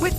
With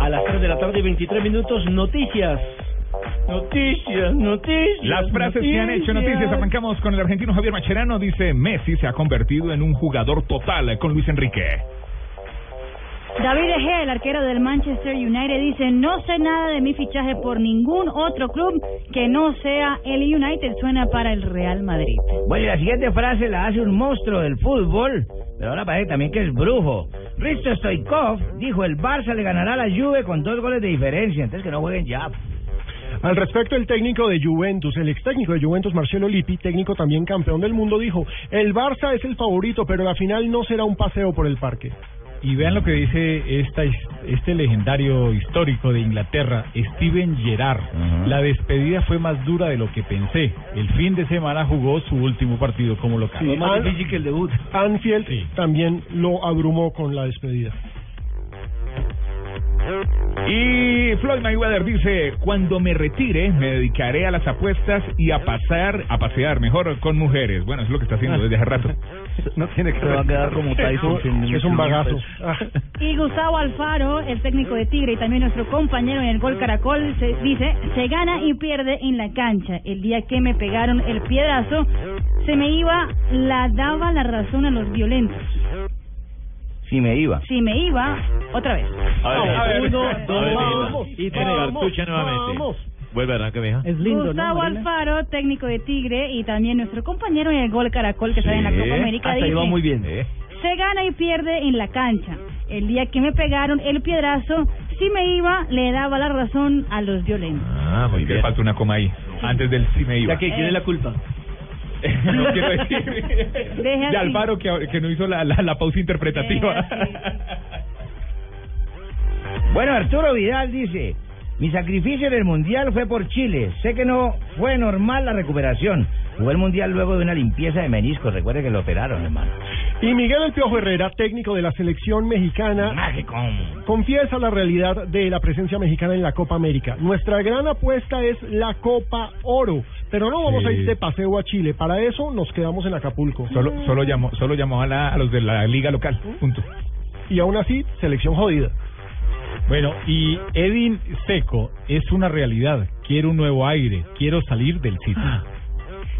A las 3 de la tarde, 23 minutos, noticias. Noticias, noticias. Las frases que han hecho noticias. Arrancamos con el argentino Javier Macherano. Dice, Messi se ha convertido en un jugador total con Luis Enrique. David Egea, el arquero del Manchester United, dice, no sé nada de mi fichaje por ningún otro club que no sea el United, suena para el Real Madrid. Bueno, y la siguiente frase la hace un monstruo del fútbol, pero ahora parece también que es brujo. Risto Stoikov dijo, el Barça le ganará a la Juve con dos goles de diferencia, entonces que no jueguen ya. Al respecto, el técnico de Juventus, el ex técnico de Juventus, Marcelo Lippi, técnico también campeón del mundo, dijo, el Barça es el favorito, pero la final no será un paseo por el parque. Y vean lo que dice esta, his- este legendario histórico de Inglaterra, Steven Gerrard. La despedida fue más dura de lo que pensé. El fin de semana jugó su último partido como local. Sí, ah, que el debut. Anfield Sí. también lo abrumó con la despedida. Y Floyd Mayweather dice, cuando me retire, me dedicaré a las apuestas y a pasar, a pasear mejor con mujeres. Bueno, es lo que está haciendo desde hace rato. No tiene que va a quedar como Tyson. Es un bagazo. Ah, Y Gustavo Alfaro, el técnico de Tigre y también nuestro compañero en el Gol Caracol, se dice, se gana y pierde en la cancha. El día que me pegaron el piedrazo, se me iba, la daba la razón a los violentos. Si me iba. Si me iba, otra vez. uno, dos, vamos, y tiene vamos, cartucho nuevamente. vamos. Vuelve a arrancar, mija. Gustavo Alfaro, técnico de Tigre y también nuestro compañero en el Gol Caracol que está en la Copa América, dice, bien. ¿eh? se gana y pierde en la cancha. El día que me pegaron el piedrazo, si me iba, le daba la razón a los violentos. Ah, muy Y le bien. falta una coma ahí, antes del sí me iba. tiene la culpa? no quiero decir. Deje De así. Alvaro que, que no hizo la, la, la pausa interpretativa. Bueno, Arturo Vidal dice, mi sacrificio en el Mundial fue por Chile. Sé que no fue normal la recuperación. Jugó el Mundial luego de una limpieza de meniscos. Recuerde que lo operaron, hermano. Y Miguel El Piojo Herrera, técnico de la selección mexicana, Ah, qué con- confiesa la realidad de la presencia mexicana en la Copa América. Nuestra gran apuesta es la Copa Oro, pero no vamos a ir de paseo a Chile. Para eso nos quedamos en Acapulco. Solo, solo llamó, solo llamó a, la- a los de la liga local. Punto. Y aún así, selección jodida. Bueno, y Edin Seco es una realidad. Quiero un nuevo aire. Quiero salir del sitio. Ah.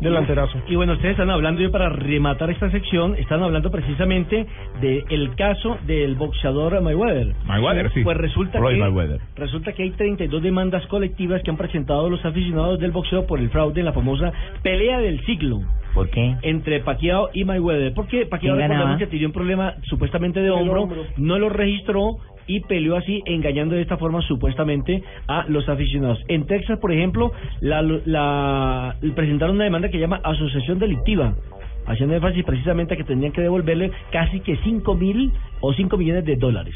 Delanterazo. Y bueno, ustedes están hablando, yo para rematar esta sección, están hablando precisamente del caso del boxeador Mayweather. Mayweather, sí. Pues resulta Floyd que, Mayweather. resulta que hay 32 demandas colectivas que han presentado los aficionados del boxeo por el fraude en la famosa pelea del siglo ¿Por qué? entre Paquiao y Mayweather. Porque Paquiao ¿Quién ganaba? recordemos que tenía un problema supuestamente de hombro, hombro. no lo registró y peleó así, engañando de esta forma supuestamente a los aficionados. En Texas, por ejemplo, la, la- presentaron una demanda que llama asociación delictiva. Haciendo énfasis precisamente a que tenían que devolverle casi que 5 mil o 5 millones de dólares.